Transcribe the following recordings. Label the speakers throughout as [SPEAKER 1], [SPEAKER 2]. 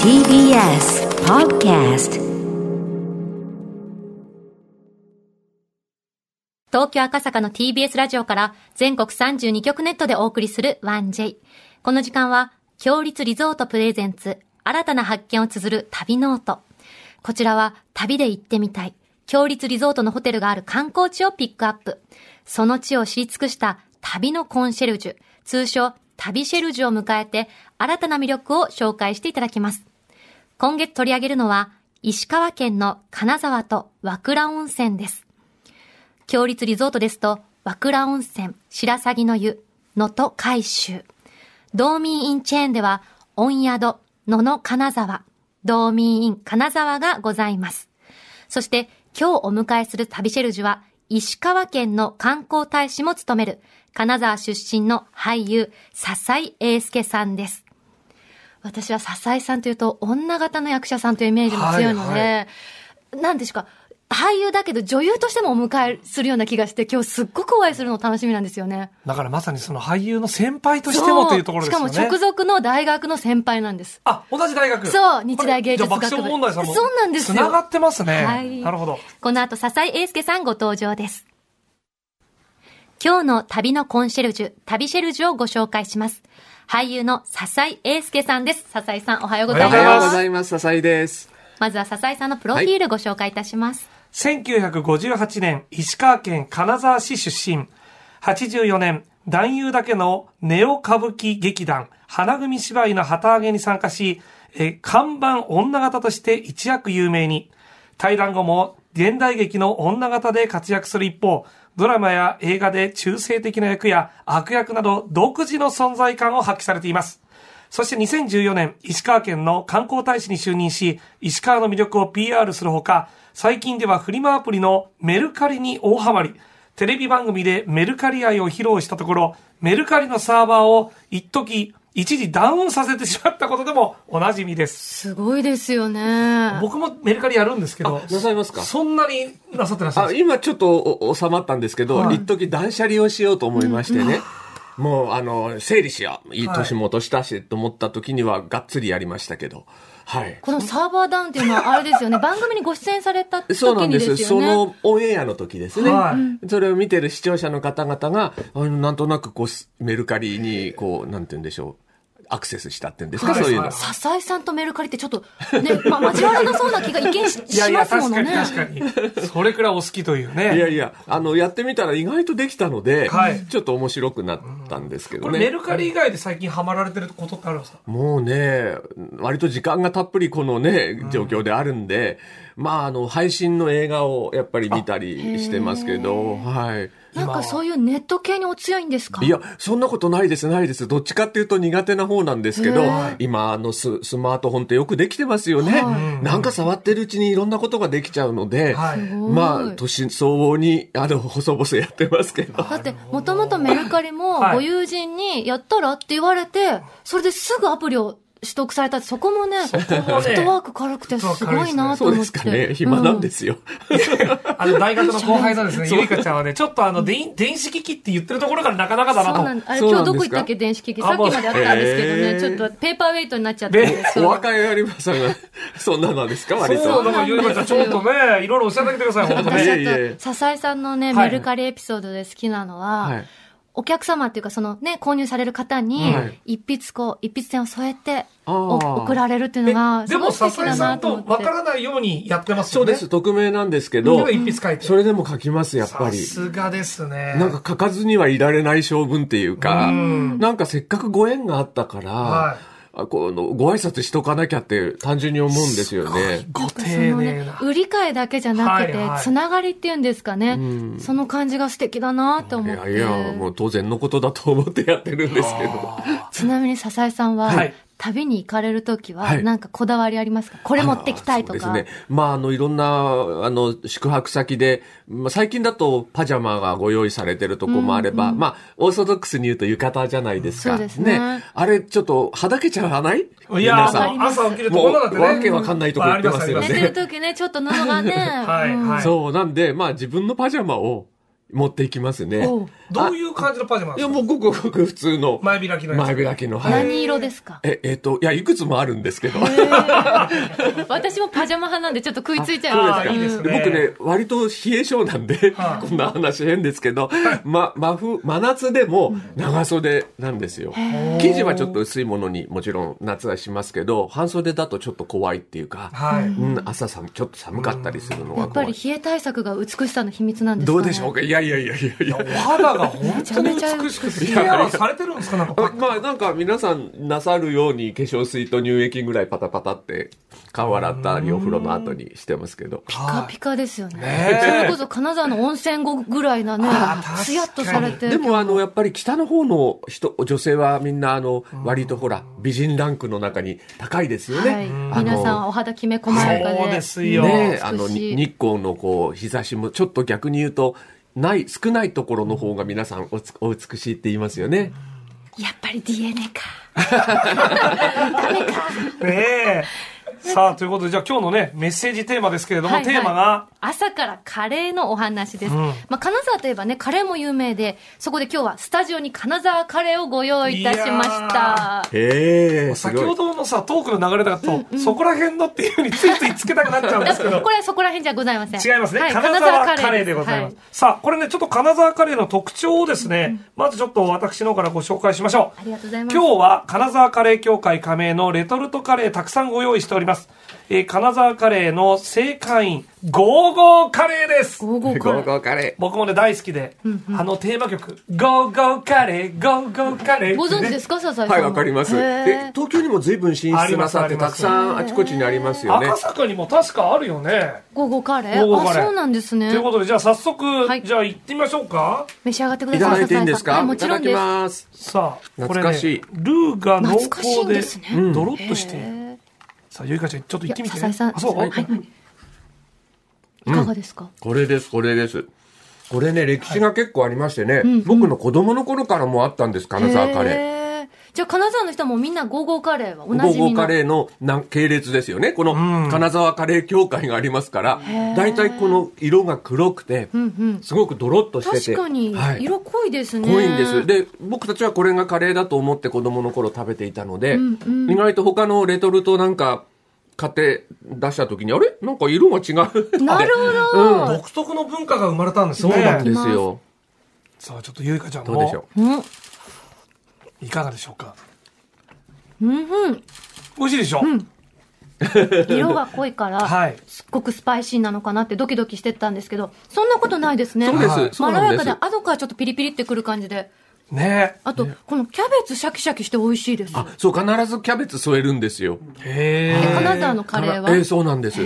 [SPEAKER 1] TBS Podcast
[SPEAKER 2] 東京赤坂の TBS ラジオから全国32局ネットでお送りする 1J。この時間は、強立リゾートプレゼンツ、新たな発見を綴る旅ノート。こちらは、旅で行ってみたい、強立リゾートのホテルがある観光地をピックアップ。その地を知り尽くした旅のコンシェルジュ、通称旅シェルジュを迎えて、新たな魅力を紹介していただきます。今月取り上げるのは、石川県の金沢と和倉温泉です。強立リゾートですと、和倉温泉、白鷺の湯、能登海舟。道民インチェーンでは、温宿、野の金沢、道民イン金沢がございます。そして、今日お迎えする旅シェルジュは、石川県の観光大使も務める、金沢出身の俳優、笹井英介さんです。私は笹井さんというと、女型の役者さんというイメージも強いので、
[SPEAKER 3] はい
[SPEAKER 2] なんでしょうか、俳優だけど女優としてもお迎えするような気がして、今日すっごくお会いするの楽しみなんですよね。
[SPEAKER 3] だからまさにその俳優の先輩としてもというところですよね。
[SPEAKER 2] そうしかも直属の大学の先輩なんです。
[SPEAKER 3] あ、同じ大学。
[SPEAKER 2] そう日大芸術学部
[SPEAKER 3] あれじゃあ爆笑問題さんも。
[SPEAKER 2] そうなんですよ
[SPEAKER 3] 繋がってますね。
[SPEAKER 2] はい
[SPEAKER 3] なるほど。
[SPEAKER 2] この後、笹井英介さんご登場です。今日の旅のコンシェルジュ、旅シェルジュをご紹介します。俳優の笹井英介さんです。笹井さん、おはようござい
[SPEAKER 4] おはよ
[SPEAKER 2] ま
[SPEAKER 4] うご
[SPEAKER 2] す。
[SPEAKER 4] ざいます。笹井です。
[SPEAKER 2] まずは笹井さんのプロフィールご紹介いたします。
[SPEAKER 3] 1958年、石川県金沢市出身。84年、男優だけのネオ歌舞伎劇団、花組芝居の旗揚げに参加し、えー看板女型として一躍有名に。対談後も現代劇の女型で活躍する一方、ドラマや映画で中性的な役や悪役など独自の存在感を発揮されています。そして2014年、石川県の観光大使に就任し、石川の魅力を PR するほか、最近ではフリマアプリのメルカリに大ハマり、テレビ番組でメルカリ愛を披露したところ、メルカリのサーバーを一時、一時ダウンさせてしまったことでもおなじみです。
[SPEAKER 2] すごいですよね。
[SPEAKER 3] 僕もメルカリやるんですけど、
[SPEAKER 4] なさいますか
[SPEAKER 3] そんなになさってらっしゃるん
[SPEAKER 4] あ、
[SPEAKER 3] です
[SPEAKER 4] 今ちょっとおお収まったんですけど、
[SPEAKER 3] はい
[SPEAKER 4] 一時断捨離をしようと思いましてね。もう、あの、整理しよう。いい年も年だし、と思った時には、がっつりやりましたけど。はい。
[SPEAKER 2] このサーバーダウンっていうのはあれですよね。番組にご出演された時
[SPEAKER 4] そうなん
[SPEAKER 2] に
[SPEAKER 4] で
[SPEAKER 2] です
[SPEAKER 4] す。
[SPEAKER 2] よね。
[SPEAKER 4] そのオンエアの時ですね。
[SPEAKER 3] はい
[SPEAKER 4] それを見てる視聴者の方々が、あのなんとなくこうす、メルカリに、こう、なんて言うんでしょう。アクセスしたっていうんですか、
[SPEAKER 3] はい
[SPEAKER 4] そういうの。
[SPEAKER 3] はい
[SPEAKER 2] 笹井さんとメルカリってちょっとね、まあ、交わらなそうな気が一見し
[SPEAKER 3] いや
[SPEAKER 2] し
[SPEAKER 3] い
[SPEAKER 2] ま
[SPEAKER 3] や、
[SPEAKER 2] すも
[SPEAKER 3] 確
[SPEAKER 2] の
[SPEAKER 3] か
[SPEAKER 2] ね
[SPEAKER 3] に。確かに。それくらいお好きというね。
[SPEAKER 4] いやいや、あの、やってみたら意外とできたので、
[SPEAKER 3] はい
[SPEAKER 4] ちょっと面白くなったんですけど
[SPEAKER 3] こ
[SPEAKER 4] ね。
[SPEAKER 3] れメルカリ以外で最近ハマられてることってあるんですか
[SPEAKER 4] もうね、割と時間がたっぷりこのね、状況であるんで、まあ、あの、配信の映画をやっぱり見たりしてますけど、はい。
[SPEAKER 2] なんかそういうネット系にお強いんですか
[SPEAKER 4] いや、そんなことないです、ないです。どっちかっていうと苦手な方なんですけど
[SPEAKER 2] へ、
[SPEAKER 4] 今、あのス、スマートフォンってよくできてますよね。なんか触ってるうちにいろんなことができちゃうので、
[SPEAKER 3] はい
[SPEAKER 2] すごい
[SPEAKER 4] まあ、年相応に、あの、細々やってますけど。
[SPEAKER 2] だって、もともとメルカリも
[SPEAKER 3] はい
[SPEAKER 2] ご友人にやったらって言われて、それですぐアプリを取得されたって、そこもね、フ
[SPEAKER 3] もね
[SPEAKER 2] ットワーク軽くてすごいなと
[SPEAKER 4] そう
[SPEAKER 2] 思
[SPEAKER 4] で
[SPEAKER 2] って。。
[SPEAKER 4] すかね。暇なんですすよ。
[SPEAKER 3] あの、大学の後輩のですね、ゆいかちゃんはね、ちょっとあの、電電子機器って言ってるところからなかなかだ
[SPEAKER 2] そ
[SPEAKER 3] な
[SPEAKER 2] う
[SPEAKER 3] と。
[SPEAKER 2] なんあれ
[SPEAKER 4] そう
[SPEAKER 2] 今
[SPEAKER 4] な
[SPEAKER 2] 日
[SPEAKER 4] んですか
[SPEAKER 2] どこ行ったっけ電子機器
[SPEAKER 3] あ
[SPEAKER 2] さっきまであったんですけどね、
[SPEAKER 4] もう
[SPEAKER 2] ちょっとペーパーウェイトになっちゃって
[SPEAKER 3] で
[SPEAKER 2] そ
[SPEAKER 4] お
[SPEAKER 2] う
[SPEAKER 4] 若い有馬さんが、 そんなのですか、割と。
[SPEAKER 3] そう、だからゆいかちゃん、ちょっとね、いろいろおっしゃってあげてください、本当
[SPEAKER 2] 私
[SPEAKER 3] ね。
[SPEAKER 4] いえい
[SPEAKER 2] あ
[SPEAKER 4] え
[SPEAKER 2] と笹井さんのね、
[SPEAKER 3] は
[SPEAKER 2] メ
[SPEAKER 3] い
[SPEAKER 2] ルカリエピソードで好きなのは、
[SPEAKER 4] はい
[SPEAKER 2] お客様っていうか、そのね、購入される方に
[SPEAKER 4] はい、
[SPEAKER 2] 一筆こう、一筆線を添えて、
[SPEAKER 4] あー
[SPEAKER 2] お送られるっていうのが、
[SPEAKER 3] え
[SPEAKER 2] す
[SPEAKER 3] で
[SPEAKER 2] ご
[SPEAKER 3] も、
[SPEAKER 2] い素敵
[SPEAKER 3] 笹井
[SPEAKER 2] だ
[SPEAKER 3] さ
[SPEAKER 2] なんと思
[SPEAKER 3] と
[SPEAKER 2] って。
[SPEAKER 3] 分からないようにやってます
[SPEAKER 4] そ
[SPEAKER 3] よ
[SPEAKER 4] うで
[SPEAKER 3] ね。
[SPEAKER 4] す、匿名なんですけ
[SPEAKER 3] で
[SPEAKER 4] ど
[SPEAKER 3] も、一筆書いて。
[SPEAKER 4] それでも書きます、やっぱ
[SPEAKER 3] さ
[SPEAKER 4] り。
[SPEAKER 3] すがですね。
[SPEAKER 4] なんか書かずにはいられない性分っていうか、
[SPEAKER 3] うん
[SPEAKER 4] なんかせっかくご縁があったから、
[SPEAKER 3] はい
[SPEAKER 4] あこのご挨拶しとかなきゃって単純に思うんですよね。
[SPEAKER 3] ご丁
[SPEAKER 2] その
[SPEAKER 3] 寧
[SPEAKER 2] ね
[SPEAKER 3] な、。
[SPEAKER 2] 売り買いだけじゃなくて、
[SPEAKER 3] はいはい
[SPEAKER 2] つながりっていうんですかね、
[SPEAKER 4] うん
[SPEAKER 2] その感じが素敵だなと
[SPEAKER 4] い
[SPEAKER 2] 思っ
[SPEAKER 4] や
[SPEAKER 2] て。
[SPEAKER 4] いや、もう当然のことだと思ってやってるんですけど。
[SPEAKER 2] ちなみに笹井さんは、
[SPEAKER 3] はい
[SPEAKER 2] 旅に行かれるときは、
[SPEAKER 4] はい
[SPEAKER 2] なんかこだわりありますかこれ持ってきたいと
[SPEAKER 4] あそ
[SPEAKER 2] か。
[SPEAKER 4] うですね。まあ、あの、いろんな、あの、宿泊先で、まあ、最近だとパジャマがご用意されてるとこもあれば、まあ、オーソドックスに言うと浴衣じゃないですか。
[SPEAKER 2] そうですね
[SPEAKER 4] あれ、ちょっと、はだけちゃわない
[SPEAKER 3] いや
[SPEAKER 4] 皆
[SPEAKER 3] ー、
[SPEAKER 4] さ
[SPEAKER 3] も
[SPEAKER 4] ん。
[SPEAKER 3] う朝起きるところだってね。
[SPEAKER 4] もうわけわかんないとこ行ってますよ
[SPEAKER 3] いっぱいあり
[SPEAKER 4] ね
[SPEAKER 2] 寝
[SPEAKER 3] あり
[SPEAKER 2] て
[SPEAKER 3] ます
[SPEAKER 2] るときね、ちょっと 喉がね、
[SPEAKER 3] はいはい
[SPEAKER 2] うん
[SPEAKER 3] あります
[SPEAKER 4] そう、なんで、まあ、自分のパジャマを持っていきますね
[SPEAKER 2] おう。
[SPEAKER 3] どういう感じのパジャマなんです
[SPEAKER 4] いや、
[SPEAKER 3] か
[SPEAKER 4] もうごくごく普通の。
[SPEAKER 3] 前開きのやつ
[SPEAKER 4] 前開きの。はい。
[SPEAKER 2] 何色ですか
[SPEAKER 4] え、えっと、いや、いくつもあるんですけど。
[SPEAKER 2] 私もパジャマ派なんでちょっと食いついちゃい
[SPEAKER 4] そうで
[SPEAKER 2] ま
[SPEAKER 4] すか
[SPEAKER 2] した
[SPEAKER 3] あいいですね
[SPEAKER 4] で僕ね、割と冷え性なんで、
[SPEAKER 3] はい
[SPEAKER 4] こんな話変ですけど、ま、真冬、真夏でも長袖なんですよ。生地はちょっと薄いものにもちろん夏はしますけど、半袖だとちょっと怖いっていうか、
[SPEAKER 3] はい。
[SPEAKER 4] うん、朝寒、ちょっと寒かったりするの
[SPEAKER 2] や
[SPEAKER 4] が
[SPEAKER 2] っぱ
[SPEAKER 4] 怖
[SPEAKER 2] り
[SPEAKER 4] い。
[SPEAKER 2] 冷え対策が美しさの秘密なんですか、ね、
[SPEAKER 4] どうでしょうかいやいやいやいやいや。
[SPEAKER 3] お肌が本当に美しくて、
[SPEAKER 4] めちゃめちゃ美しい
[SPEAKER 3] ケアされてるんですかなんかパ
[SPEAKER 4] あ
[SPEAKER 3] ッ
[SPEAKER 4] まあなんか皆さんなさるように化粧水と乳液ぐらいパタパタって顔洗ったりお風呂の後にしてますけど。
[SPEAKER 2] ピカピカですよね。
[SPEAKER 3] ねえ
[SPEAKER 2] それこそ金沢の温泉後ぐらいなね
[SPEAKER 3] あ確か、に
[SPEAKER 2] ツヤっとされて。
[SPEAKER 4] でもあのやっぱり北の方の人女性はみんなあの割とほら美人ランクの中に高いですよね。
[SPEAKER 2] はい
[SPEAKER 4] あの。
[SPEAKER 2] 皆さんお肌きめ細やかで。
[SPEAKER 3] そうですよ
[SPEAKER 4] ねあの
[SPEAKER 2] 美し
[SPEAKER 4] に
[SPEAKER 2] い
[SPEAKER 4] 日光のこう日差しもちょっと逆に言うとない少ないところの方が皆さんおつお美しいって言いますよね。
[SPEAKER 2] やっぱり DNA か。
[SPEAKER 3] ねえ。さあ、ということで、じゃあ今日のね、メッセージテーマですけれども、テーマが、
[SPEAKER 2] 朝からカレーのお話です、
[SPEAKER 3] うん
[SPEAKER 2] まあ、金沢といえばねカレーも有名でそこで今日はスタジオに金沢カレーをご用意いたしました
[SPEAKER 4] へえす
[SPEAKER 3] 先
[SPEAKER 4] ご
[SPEAKER 3] ほ
[SPEAKER 4] い。
[SPEAKER 3] どのさ、トークの流れだと、そこら辺のっていうふうについついつけたくなっちゃうんですけど。
[SPEAKER 2] これ はそこら辺じゃございません
[SPEAKER 3] 違いますね。
[SPEAKER 2] はい
[SPEAKER 3] 金沢カレーでございます。
[SPEAKER 2] は
[SPEAKER 3] さあ、これね、ちょっと金沢カレーの特徴をですね、まずちょっと私の方からご紹介しましょう。
[SPEAKER 2] ありがとうございます
[SPEAKER 3] 今日は金沢カレー協会加盟のレトルトカレーたくさんご用意しております。えー金沢カレーの正会員、ゴーゴーカレーです。
[SPEAKER 2] ゴーゴーカレ
[SPEAKER 4] ゴー
[SPEAKER 2] ー
[SPEAKER 4] ゴーカレー。
[SPEAKER 3] 僕もね、大好きで、あのテーマ曲、ゴーゴーカレー、ゴーゴーカレー。
[SPEAKER 2] ご存知ですか笹井さん
[SPEAKER 4] はい、わかります。
[SPEAKER 2] へ
[SPEAKER 4] で
[SPEAKER 2] ー、
[SPEAKER 4] 東京にも随分進出なさっ
[SPEAKER 3] あり
[SPEAKER 4] て、
[SPEAKER 3] ま
[SPEAKER 4] た
[SPEAKER 3] す
[SPEAKER 4] くさんあちこちにありますよね。
[SPEAKER 3] 赤坂にも確かあるよね。
[SPEAKER 2] ゴーゴーカレー
[SPEAKER 3] ゴーゴーカレー
[SPEAKER 2] あそうなんです
[SPEAKER 3] と
[SPEAKER 2] ね
[SPEAKER 3] いうことで、じゃあ早速、
[SPEAKER 2] い
[SPEAKER 3] じゃあ行ってみましょうか。
[SPEAKER 2] 召し上がってくだ
[SPEAKER 4] い
[SPEAKER 2] さい
[SPEAKER 4] ただいていいんです
[SPEAKER 2] 笹井さ
[SPEAKER 4] か、
[SPEAKER 2] はいもちろん
[SPEAKER 4] い
[SPEAKER 2] で
[SPEAKER 4] た
[SPEAKER 2] す
[SPEAKER 4] だきます。
[SPEAKER 3] さあ、これ
[SPEAKER 4] 懐か
[SPEAKER 3] ね、
[SPEAKER 4] しい
[SPEAKER 3] ルーが濃
[SPEAKER 2] 懐かしい
[SPEAKER 3] 厚
[SPEAKER 2] ん
[SPEAKER 3] で
[SPEAKER 2] ですね、
[SPEAKER 3] ドロッとして、
[SPEAKER 2] へ
[SPEAKER 3] さあ、ゆいかちゃん、ちょっと
[SPEAKER 2] ーい
[SPEAKER 3] 行っ
[SPEAKER 2] や
[SPEAKER 3] てみて、ね。
[SPEAKER 2] 笹井さん
[SPEAKER 3] あ、そう、
[SPEAKER 2] はいはいいかがですか、
[SPEAKER 4] これです、これです。これね、歴史が結構ありましてね、僕の子供の頃からもあったんです、金沢カレー。
[SPEAKER 2] へーじゃあ金沢の人もみんなゴーゴーカレーはお
[SPEAKER 4] ゴ
[SPEAKER 2] なじ
[SPEAKER 4] ーゴ
[SPEAKER 2] み
[SPEAKER 4] ー
[SPEAKER 2] の
[SPEAKER 4] カレーのなん系列ですよね。この金沢カレー協会がありますから、大体この色が黒くて、
[SPEAKER 2] うんうん
[SPEAKER 4] すごくドロッとしてて。
[SPEAKER 2] 確かに
[SPEAKER 4] はい
[SPEAKER 2] 色濃いですね、
[SPEAKER 4] 濃いんです。で、僕たちはこれがカレーだと思って子供の頃食べていたので、
[SPEAKER 2] んうん
[SPEAKER 4] 意外と他のレトルトなんか買って出した時に、あれなんか色が違う。
[SPEAKER 2] なるほ
[SPEAKER 4] う
[SPEAKER 2] ど、
[SPEAKER 3] 独特の文化が生まれたんです
[SPEAKER 4] そう
[SPEAKER 3] ね。
[SPEAKER 4] なんです
[SPEAKER 2] いただき
[SPEAKER 4] よ。
[SPEAKER 3] さあ、ちょっとゆいかちゃんも、
[SPEAKER 4] どうでしょ
[SPEAKER 2] うんうん
[SPEAKER 3] いかがでしょうか。
[SPEAKER 2] うん、
[SPEAKER 3] 美味しいでしょ、
[SPEAKER 2] 色が濃いから、
[SPEAKER 3] はい。
[SPEAKER 2] すっごくスパイシーなのかなってドキドキしてたんですけどそんなことないですね
[SPEAKER 4] そう
[SPEAKER 3] です
[SPEAKER 2] はい
[SPEAKER 4] そう
[SPEAKER 2] まろや
[SPEAKER 4] なんで
[SPEAKER 2] か
[SPEAKER 4] す
[SPEAKER 2] で後からちょっとピリピリってくる感じで
[SPEAKER 3] ね
[SPEAKER 2] あと、このキャベツシャキシャキして美味しいです
[SPEAKER 4] あ、そう、必ずキャベツ添えるんですよ。
[SPEAKER 3] え。へ
[SPEAKER 2] で
[SPEAKER 3] え。
[SPEAKER 2] 金沢のカレーは、
[SPEAKER 4] ええそうなんです。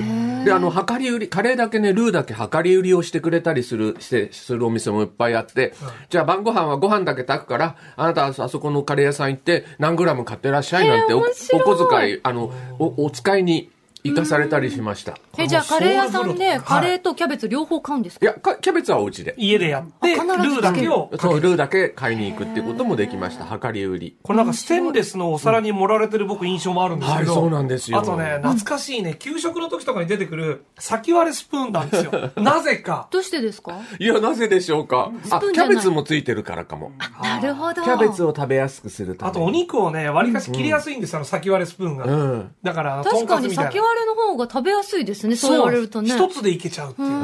[SPEAKER 4] で、あの、量り売り、カレーだけね、ルーだけ量り売りをしてくれたりする、して、するお店もいっぱいあって、じゃあ晩ご飯はご飯だけ炊くから、あなたあそあそこのカレー屋さん行って、何グラム買ってらっしゃいなんて、
[SPEAKER 2] えー
[SPEAKER 4] お
[SPEAKER 2] 面白い
[SPEAKER 4] お小遣い、あの、お、お使いに行かされたりしました。
[SPEAKER 2] えじゃあカレー屋さん
[SPEAKER 3] は
[SPEAKER 2] で
[SPEAKER 3] い
[SPEAKER 2] カレーとキャベツ両方買うんですか、
[SPEAKER 4] いや、かキャベツはお家で。
[SPEAKER 3] 家でやって、ル
[SPEAKER 2] あ必ず
[SPEAKER 3] ーだけを。
[SPEAKER 4] そう、ルーだけ買いに行くっていうこともできました。量り売り。
[SPEAKER 3] これなんかステンレスのお皿に盛られてる僕印象もあるんですけど。
[SPEAKER 4] はいそうなんですよ
[SPEAKER 3] あとね、懐かしいね、給食の時とかに出てくる先割れスプーンなんです よ。なぜか。
[SPEAKER 2] どうしてですか
[SPEAKER 4] いや、なぜでしょうか。あ、
[SPEAKER 2] プーン
[SPEAKER 4] キ
[SPEAKER 2] じゃな
[SPEAKER 4] ャ
[SPEAKER 2] い
[SPEAKER 4] ベツもついてるからかも。
[SPEAKER 2] なるほど
[SPEAKER 4] キャベツを食べやすくするため
[SPEAKER 3] あ
[SPEAKER 4] に。
[SPEAKER 3] とお肉をね、割りかし切りやすいんです、あの先割れスプーンが。
[SPEAKER 4] うん。
[SPEAKER 3] だから、と
[SPEAKER 2] 確
[SPEAKER 3] ん
[SPEAKER 2] か
[SPEAKER 3] かつ
[SPEAKER 2] に
[SPEAKER 3] みたいな。
[SPEAKER 2] 先割れの方が食べやすいですねそう言われるとね
[SPEAKER 3] そう一つでいけちゃうっていうね。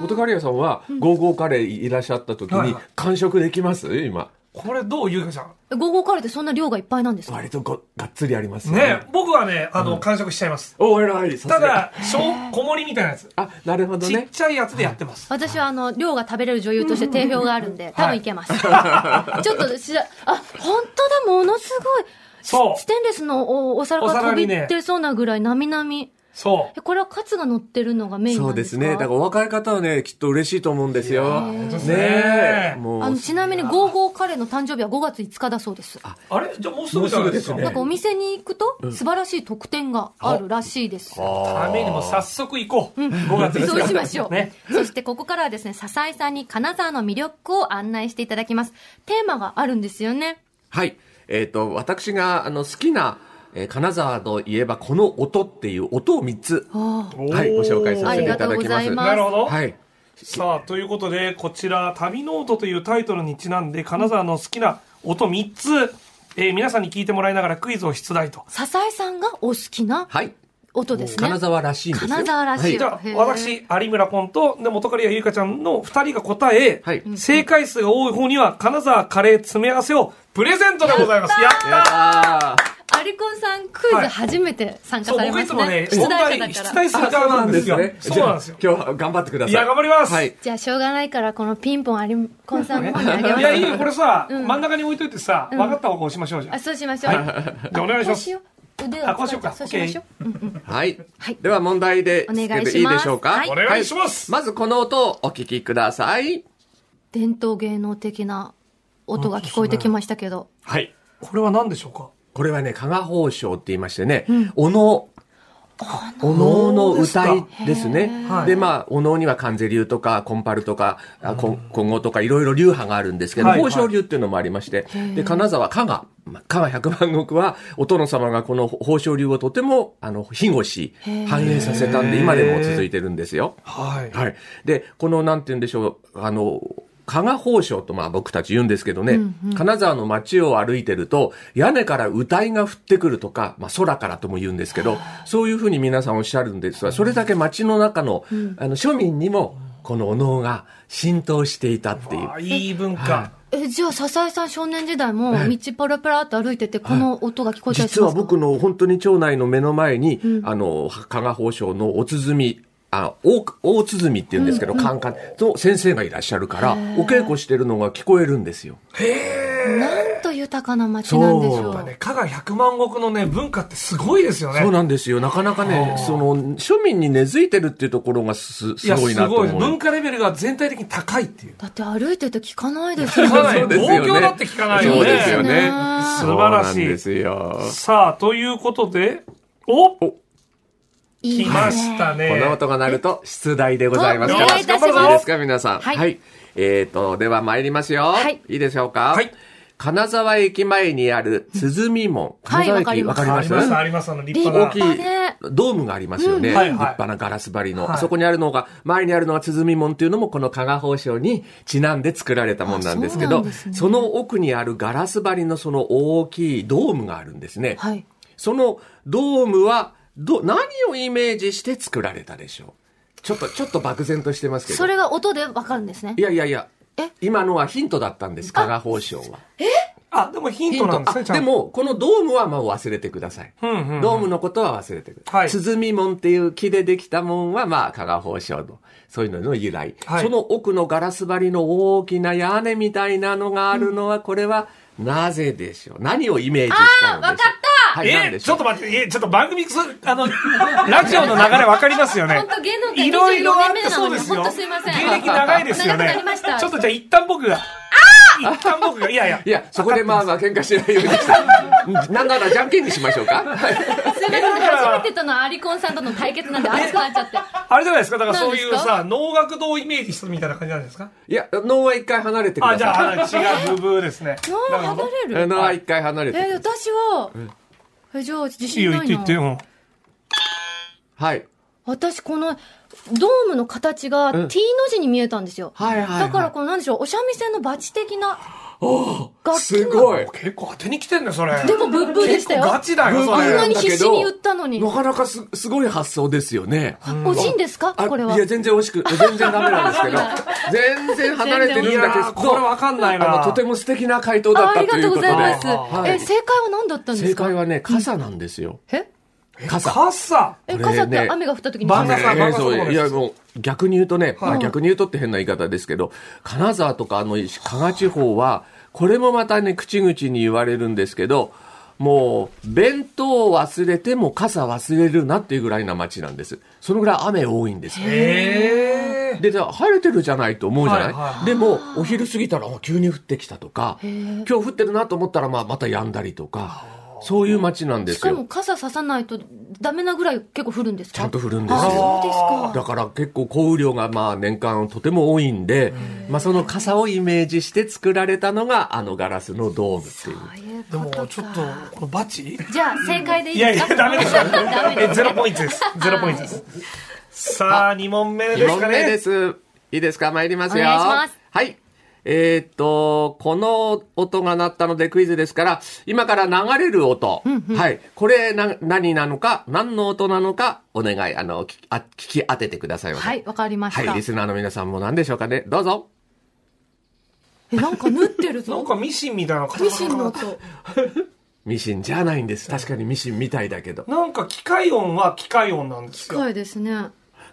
[SPEAKER 4] 元カレ屋さんは、ゴーゴーカレーいらっしゃった時
[SPEAKER 3] はい
[SPEAKER 4] に
[SPEAKER 3] はい、
[SPEAKER 4] 完食できます今。
[SPEAKER 3] これどうゆうかちゃん。
[SPEAKER 2] えゴーゴーカレーってそんな量がいっぱいなんですか
[SPEAKER 4] 割とごがっつりありますよ
[SPEAKER 3] ね、僕はね、あの、完食しちゃいます。
[SPEAKER 4] お、偉い。さ
[SPEAKER 3] た、
[SPEAKER 4] すが
[SPEAKER 3] だ、小、小盛りみたいなやつ。
[SPEAKER 4] あ、なるほど
[SPEAKER 3] ちっ
[SPEAKER 4] ね。
[SPEAKER 3] ちゃいやつでやってます。
[SPEAKER 2] 私はあの量が食べれる女優として定評があるんで、多分いけます。ちょっとしらあ本当だものすごい。
[SPEAKER 3] そう
[SPEAKER 2] ステンレスのおお皿
[SPEAKER 3] お
[SPEAKER 2] が
[SPEAKER 3] 皿
[SPEAKER 2] 飛び
[SPEAKER 3] にね
[SPEAKER 2] 出そうなぐらいなみなみ。
[SPEAKER 3] そ
[SPEAKER 2] えこれはカツが乗ってるのがメイン
[SPEAKER 4] そ
[SPEAKER 2] な
[SPEAKER 4] うん
[SPEAKER 2] で
[SPEAKER 4] ですす
[SPEAKER 2] か。
[SPEAKER 4] ね。だからお若い方はね、きっと嬉しいと思うんですよ。
[SPEAKER 3] 当ですね
[SPEAKER 4] ねえ。も
[SPEAKER 2] あ
[SPEAKER 4] う
[SPEAKER 2] の、ちなみにゴーゴーカレーの誕生日は5月5日だそうです。
[SPEAKER 3] う。あれじゃあもうすぐじゃないですか。
[SPEAKER 4] も
[SPEAKER 2] な
[SPEAKER 4] うすぐで
[SPEAKER 2] ん
[SPEAKER 4] す
[SPEAKER 2] かお店に行くと素晴らしい特典があるらしいです。
[SPEAKER 3] ためにも早速行こう。5月5日。
[SPEAKER 2] そうしましょう。
[SPEAKER 3] ね。
[SPEAKER 2] そしてここからはですね、笹井さんに金沢の魅力を案内していただきます。テーマがあるんですよね。
[SPEAKER 4] はい。えっ、と、私が、あの、好きな、えー金沢といえば、この音っていう音を3つ、
[SPEAKER 2] ああ
[SPEAKER 4] はい、ご紹介させていた
[SPEAKER 2] ありがと
[SPEAKER 4] だ
[SPEAKER 2] うご
[SPEAKER 4] き
[SPEAKER 2] ざ
[SPEAKER 4] ま
[SPEAKER 2] い
[SPEAKER 4] す。
[SPEAKER 2] ます
[SPEAKER 3] なるほど。
[SPEAKER 4] はい。
[SPEAKER 3] さあ、ということで、こちら、旅ノートというタイトルにちなんで、金沢の好きな音3つ、えー皆さんに聞いてもらいながらクイズを出題と。
[SPEAKER 2] 笹井さんがお好きな
[SPEAKER 4] はい。
[SPEAKER 2] 音ですね。
[SPEAKER 4] 金沢らしいんですよ。
[SPEAKER 2] 金沢らしい
[SPEAKER 4] は
[SPEAKER 3] じゃ
[SPEAKER 2] へー
[SPEAKER 3] あ、私、有村コンと、で、元カリアゆいかちゃんの2人が答え、
[SPEAKER 4] はいうん
[SPEAKER 3] 正解数が多い方には、金沢カレー詰め合わせをプレゼントでございます。やった
[SPEAKER 4] やったー
[SPEAKER 2] アリコンさんクイズ初めて参加
[SPEAKER 3] そう、
[SPEAKER 2] され
[SPEAKER 3] 僕
[SPEAKER 2] ま
[SPEAKER 3] い
[SPEAKER 2] す
[SPEAKER 3] つもね
[SPEAKER 2] ね、。
[SPEAKER 3] 問
[SPEAKER 2] 出題
[SPEAKER 3] 題、
[SPEAKER 2] 者だか
[SPEAKER 3] 出
[SPEAKER 2] ら
[SPEAKER 3] 題。する側なんですよ。そうなんですよ。
[SPEAKER 4] じゃあ今日は頑張ってください。
[SPEAKER 3] いや頑張ります
[SPEAKER 4] はい。
[SPEAKER 2] じゃあしょうがないからこのピンポンアリコンさんの方にあげま す。
[SPEAKER 3] いや、いいよ、これさ、真ん中に置いといてさ、分かった方が押しましょうじゃん
[SPEAKER 2] あ、。そうしましょう。
[SPEAKER 3] じゃあ、お願いし
[SPEAKER 2] こ
[SPEAKER 3] ま
[SPEAKER 2] う
[SPEAKER 3] す
[SPEAKER 2] し。よう。腕を
[SPEAKER 3] あこうしようか
[SPEAKER 2] そうしましょう。うんうん
[SPEAKER 4] はい
[SPEAKER 2] はい。
[SPEAKER 4] では問題で、
[SPEAKER 2] お願いします
[SPEAKER 4] いいでしょうか
[SPEAKER 2] はいお
[SPEAKER 3] 願いします
[SPEAKER 4] まずこの音をお聞きください。
[SPEAKER 2] 伝統芸能的な音が聞こえてきましたけど。
[SPEAKER 4] はい。
[SPEAKER 3] これは何でしょうか
[SPEAKER 4] これはね、加賀宝章って言いましてね、おの、おのおの歌いですね。
[SPEAKER 3] か
[SPEAKER 4] で、まあ、おのには関税流とか、コンパルとか、あこ今後とか、いろいろ流派があるんですけど、
[SPEAKER 3] はい
[SPEAKER 4] 宝章流っていうのもありまして、で、金沢、加賀、まあ加賀百万石は、お殿様がこの宝章流をとても、あの、庇護し、繁栄させたんで、今でも続いてるんですよ。
[SPEAKER 3] はい。
[SPEAKER 4] はい。で、この、なんて言うんでしょう、あの、加賀宝章とまあ僕たち言うんですけどね、金沢の街を歩いてると、屋根から歌いが降ってくるとか、まあ空からとも言うんですけど、そういうふうに皆さんおっしゃるんですが、それだけ街の中の、あの、庶民にも、このお能が浸透していたっていう。
[SPEAKER 3] あいい文
[SPEAKER 4] は
[SPEAKER 3] 化。
[SPEAKER 2] え、じゃあ笹井さん少年時代も道パラパラっと歩いててこの音が聞こえたりし
[SPEAKER 4] 実
[SPEAKER 2] ま
[SPEAKER 4] は
[SPEAKER 2] すか
[SPEAKER 4] 僕の本当に町内の目の前に、あの、加賀宝章のお鼓、あ、大、大鼓って言うんですけど、カンカンの先生がいらっしゃるから、お稽古してるのが聞こえるんですよ。
[SPEAKER 2] なんと豊かな街なんでしょ
[SPEAKER 4] そうう
[SPEAKER 3] やっぱね、加賀百万石のね、文化ってすごいですよね。
[SPEAKER 4] そうなんですよ。なかなかね、その、庶民に根付いてるっていうところがす、す
[SPEAKER 3] や
[SPEAKER 4] ごいなと
[SPEAKER 3] す
[SPEAKER 4] 思
[SPEAKER 3] 文
[SPEAKER 4] う。
[SPEAKER 3] 化レベルが全体的に高いっていう。
[SPEAKER 2] だって歩いてて聞かないですよ
[SPEAKER 3] 聞かない
[SPEAKER 2] ね。
[SPEAKER 4] そうですよね
[SPEAKER 3] 東京だって聞かないよね
[SPEAKER 4] そうですよね。
[SPEAKER 3] 素晴らしい
[SPEAKER 4] そうなんですよ。
[SPEAKER 3] さあ、ということで、お
[SPEAKER 2] い
[SPEAKER 3] 来
[SPEAKER 2] い
[SPEAKER 3] ま
[SPEAKER 2] です
[SPEAKER 3] し
[SPEAKER 2] ね。
[SPEAKER 3] たね。
[SPEAKER 4] この音が鳴ると、出題でございますか
[SPEAKER 2] お
[SPEAKER 4] ら。
[SPEAKER 2] 願いいたします
[SPEAKER 4] いいですか、皆さん。
[SPEAKER 2] はい
[SPEAKER 4] えっ、と、では参りますよ。
[SPEAKER 2] はい
[SPEAKER 4] いいでしょうか。
[SPEAKER 3] はい
[SPEAKER 4] 金沢駅前にある鼓門。
[SPEAKER 2] はい
[SPEAKER 4] 金沢駅、
[SPEAKER 2] わ
[SPEAKER 4] わ
[SPEAKER 2] かり
[SPEAKER 4] かり
[SPEAKER 3] あ
[SPEAKER 4] ま
[SPEAKER 3] り
[SPEAKER 4] す
[SPEAKER 3] ます、あります、あの、立
[SPEAKER 4] 大
[SPEAKER 3] 派
[SPEAKER 4] き
[SPEAKER 3] な。
[SPEAKER 4] い
[SPEAKER 2] 立派ね
[SPEAKER 4] ドームがありますよね。
[SPEAKER 3] うんはいはい
[SPEAKER 4] 立派なガラス張りの、
[SPEAKER 3] はい
[SPEAKER 4] あそこにあるのが、前にあるのが鼓門っていうのも、この加賀宝章にちなんで作られたもんなんですけ
[SPEAKER 2] あそう
[SPEAKER 4] ど、
[SPEAKER 2] な
[SPEAKER 4] そ
[SPEAKER 2] んですね
[SPEAKER 4] の奥にあるガラス張りのその大きいドームがあるんですね。
[SPEAKER 2] はい。
[SPEAKER 4] そのドームはど、何をイメージして作られたでしょうちょっと、ちょっと漠然としてますけど。
[SPEAKER 2] それが音でわかるんですね
[SPEAKER 4] い。やいやいや
[SPEAKER 2] え、
[SPEAKER 4] 今のはヒントだったんです、加賀宝章は。
[SPEAKER 3] あ、でもヒントなんですね、ちゃ
[SPEAKER 4] あ
[SPEAKER 3] ん
[SPEAKER 4] で
[SPEAKER 3] と。
[SPEAKER 4] も、このドームはもう忘れてください。
[SPEAKER 3] うんうんうん
[SPEAKER 4] ドームのことは忘れてくださ
[SPEAKER 3] はい
[SPEAKER 4] い。鼓門っていう木でできた門は、まあ、加賀宝章の、そういうのの由来、
[SPEAKER 3] はい
[SPEAKER 4] その奥のガラス張りの大きな屋根みたいなのがあるのは、これは、なぜでしょう何をイメージした
[SPEAKER 2] あ
[SPEAKER 4] のでしょう
[SPEAKER 2] ーわかった
[SPEAKER 4] はい、何
[SPEAKER 3] え、
[SPEAKER 4] でし
[SPEAKER 3] ちょ
[SPEAKER 4] ょ
[SPEAKER 3] っ
[SPEAKER 4] う
[SPEAKER 3] と待って、え、ちょっと番組、そあの、ラジオの流れ分かりますよね
[SPEAKER 2] 本当芸能。界
[SPEAKER 3] いろいろあっ
[SPEAKER 2] 24年目
[SPEAKER 3] て
[SPEAKER 2] なの
[SPEAKER 3] そう
[SPEAKER 2] に
[SPEAKER 3] ですよ。
[SPEAKER 2] 本当すいません
[SPEAKER 3] 芸歴長いですよ
[SPEAKER 2] 長くな
[SPEAKER 3] ね
[SPEAKER 2] りました。
[SPEAKER 3] ちょっとじゃあ一旦僕が。一旦僕が、いやいや。
[SPEAKER 4] いや、そこでまあまあ喧嘩しないようにした。なんならじゃんけんにしましょうか。はい
[SPEAKER 2] すみません、初めてとのアリコンさんとの対決なんで熱くなっちゃって。
[SPEAKER 3] あれじゃないですか、だからそういう
[SPEAKER 2] な
[SPEAKER 3] さ、能楽堂をイメージしたみたいな感じなんですか
[SPEAKER 4] いや、脳は一回離れてく
[SPEAKER 3] あ、
[SPEAKER 4] だ
[SPEAKER 3] じゃ
[SPEAKER 4] さ
[SPEAKER 3] あ、あ違う、ブブーです ね。
[SPEAKER 2] 脳離れ
[SPEAKER 4] い。
[SPEAKER 2] る
[SPEAKER 4] 脳は一回離れてくだ
[SPEAKER 2] え、
[SPEAKER 4] さい。
[SPEAKER 2] 私は、え、じゃあ自
[SPEAKER 3] いい
[SPEAKER 2] 信
[SPEAKER 3] よ、
[SPEAKER 2] な
[SPEAKER 3] 言っ
[SPEAKER 2] い
[SPEAKER 3] て言って
[SPEAKER 2] な。
[SPEAKER 3] よ。
[SPEAKER 4] はい。
[SPEAKER 2] 私、この、ドームの形が T の字に見えたんですよ。
[SPEAKER 4] はいはいはい
[SPEAKER 2] だから、この、なんでしょう、お三味線のバチ的な。楽器が
[SPEAKER 4] すごい。
[SPEAKER 3] 結構当てに来てんね、それ。
[SPEAKER 2] でも、ブッブーでしたよ。
[SPEAKER 3] ガチだよ、
[SPEAKER 4] ブ
[SPEAKER 3] そ
[SPEAKER 4] ーブー
[SPEAKER 2] こんな
[SPEAKER 3] れ。
[SPEAKER 2] に必死に言ったのに
[SPEAKER 4] な。かなかす、すごい発想ですよね。
[SPEAKER 2] おじんですか
[SPEAKER 4] あ
[SPEAKER 2] これはい
[SPEAKER 4] や、。全然惜しく、全然ダメな んですけど、全然離れてるんだけ
[SPEAKER 3] いや
[SPEAKER 4] ど、
[SPEAKER 3] ーこれわかんない
[SPEAKER 4] あ
[SPEAKER 3] な
[SPEAKER 4] の、とても素敵な回答だ
[SPEAKER 2] あ
[SPEAKER 4] っ
[SPEAKER 2] あ
[SPEAKER 4] た
[SPEAKER 2] り
[SPEAKER 4] と
[SPEAKER 2] が
[SPEAKER 4] い
[SPEAKER 2] と
[SPEAKER 4] う
[SPEAKER 2] うご
[SPEAKER 4] ことで。
[SPEAKER 2] ざいます。
[SPEAKER 4] はい
[SPEAKER 2] え、正解は何だったんです
[SPEAKER 4] 正
[SPEAKER 2] か
[SPEAKER 4] 解はね、傘なんですよ。
[SPEAKER 2] え
[SPEAKER 4] 傘。
[SPEAKER 3] 傘
[SPEAKER 2] え、
[SPEAKER 4] これね
[SPEAKER 2] 傘って雨が降った時に。
[SPEAKER 3] 晩
[SPEAKER 2] あ
[SPEAKER 3] 傘
[SPEAKER 4] ええ
[SPEAKER 3] そうです
[SPEAKER 4] いやもう逆に言うとね、ま
[SPEAKER 2] は
[SPEAKER 4] あ、
[SPEAKER 2] い
[SPEAKER 4] 逆に言うとって変な言い方ですけど、金沢とかあの石加賀地方は、これもまたね、口々に言われるんですけど、もう、弁当を忘れても傘忘れるなっていうぐらいな街なんです。そのぐらい雨多いんですよ。
[SPEAKER 3] ええ。
[SPEAKER 4] で、じゃあ晴れてるじゃないと思うじゃな
[SPEAKER 3] は
[SPEAKER 4] い、
[SPEAKER 3] いは
[SPEAKER 4] でも、お昼過ぎたらあ急に降ってきたとか、今日降ってるなと思ったら、まあ、また止んだりとか、そういう街なんで
[SPEAKER 2] し
[SPEAKER 4] す
[SPEAKER 2] か
[SPEAKER 4] よ。
[SPEAKER 2] も傘ささないとダメなぐらい結構降るんですか
[SPEAKER 4] ちゃんと降るんです
[SPEAKER 2] あ、
[SPEAKER 4] よ。
[SPEAKER 2] そうですか。
[SPEAKER 4] だから結構降雨量がまあ年間とても多いんで、まあその傘をイメージして作られたのがあのガラスのドームっていう。
[SPEAKER 2] そういう
[SPEAKER 3] でも、
[SPEAKER 2] こと
[SPEAKER 3] ちょっと
[SPEAKER 2] か。、
[SPEAKER 3] このバチ
[SPEAKER 2] じゃあ、正解でいい
[SPEAKER 3] いや
[SPEAKER 2] で
[SPEAKER 3] い
[SPEAKER 2] す
[SPEAKER 3] や、
[SPEAKER 2] か。
[SPEAKER 3] ダメですよ
[SPEAKER 2] ダメ で
[SPEAKER 3] え
[SPEAKER 2] す
[SPEAKER 3] ゼロポイントです。ゼロポイントです。さあ、二問目です
[SPEAKER 4] 4
[SPEAKER 3] か
[SPEAKER 4] 目で
[SPEAKER 3] ね。
[SPEAKER 4] す。いいですか参りますよ。
[SPEAKER 2] お願いします
[SPEAKER 4] はい。えーっと、この音が鳴ったのでクイズですから、今から流れる音。はい。これな、何なのか、何の音なのか、お願い、あの、聞きあ聞き当ててくださいませ。
[SPEAKER 2] はい、わかりまし
[SPEAKER 4] はい。
[SPEAKER 2] た。
[SPEAKER 4] リスナーの皆さんも何でしょうかね。どうぞ。
[SPEAKER 2] え、なんか縫ってる
[SPEAKER 3] なん
[SPEAKER 2] ぞ。
[SPEAKER 3] かミシンみたいな
[SPEAKER 2] ミシンの音。
[SPEAKER 4] ミシンじゃないんです。確かにミシンみたいだけど。
[SPEAKER 3] なんか機械音は機械音なんです
[SPEAKER 2] 機
[SPEAKER 3] よ。
[SPEAKER 2] 械ですね。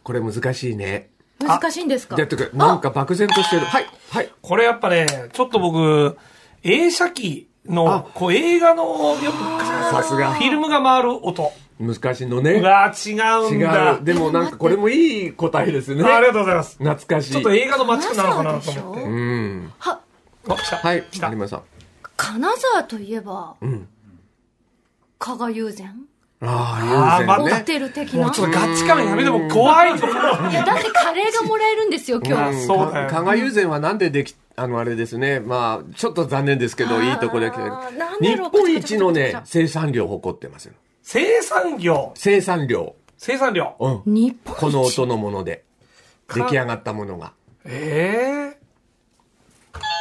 [SPEAKER 4] これ難しいね。
[SPEAKER 2] 難しいんですか
[SPEAKER 4] やってくなんか漠然としてる。はい。はい。
[SPEAKER 3] これやっぱね、ちょっと僕、映写機
[SPEAKER 4] あ
[SPEAKER 3] の、こう映画のよく、
[SPEAKER 4] さすが
[SPEAKER 3] フ。ィルムが回る音。
[SPEAKER 4] 難しいのね。
[SPEAKER 3] うわー違うんだ。
[SPEAKER 4] 違う。でもなんかこれもいい答えですね。
[SPEAKER 3] あありがとうございます。
[SPEAKER 4] 懐かしい。
[SPEAKER 3] ちょっと映画の街区なのかなと思っ
[SPEAKER 2] 金沢で
[SPEAKER 3] て。
[SPEAKER 2] しょ
[SPEAKER 4] うん。
[SPEAKER 2] は、
[SPEAKER 3] あ来た
[SPEAKER 4] はい。
[SPEAKER 3] 来
[SPEAKER 4] 有
[SPEAKER 3] た。
[SPEAKER 4] 村さん。
[SPEAKER 2] 金沢といえば、
[SPEAKER 4] ん
[SPEAKER 2] 加賀友禅
[SPEAKER 4] あ
[SPEAKER 3] あ
[SPEAKER 4] あ、
[SPEAKER 3] ー
[SPEAKER 4] 優
[SPEAKER 2] オ
[SPEAKER 4] 先
[SPEAKER 2] ス
[SPEAKER 4] ね。
[SPEAKER 2] テル的
[SPEAKER 3] も
[SPEAKER 2] な。
[SPEAKER 3] うちょっとガチ感やめても怖いよ。
[SPEAKER 2] いや、だってカレーがもらえるんですよ、今
[SPEAKER 3] あ
[SPEAKER 2] 日。
[SPEAKER 3] そうだよ
[SPEAKER 4] か加賀友禅はなんででき、あの、あれですね。まあ、ちょっと残念ですけ
[SPEAKER 2] あ
[SPEAKER 4] ど、
[SPEAKER 2] ー
[SPEAKER 4] いいとこで。
[SPEAKER 2] なんだ
[SPEAKER 4] 日
[SPEAKER 2] ろう
[SPEAKER 4] 本一の
[SPEAKER 2] こちょこちょこちょこ、ちょ
[SPEAKER 4] ね生産量を誇ってますよ。
[SPEAKER 3] 生産業、
[SPEAKER 4] 生産量。
[SPEAKER 3] 生産量。
[SPEAKER 4] うん。
[SPEAKER 2] 日本一
[SPEAKER 4] この音のもので。
[SPEAKER 3] か
[SPEAKER 4] 出来上がったものが。
[SPEAKER 3] ええ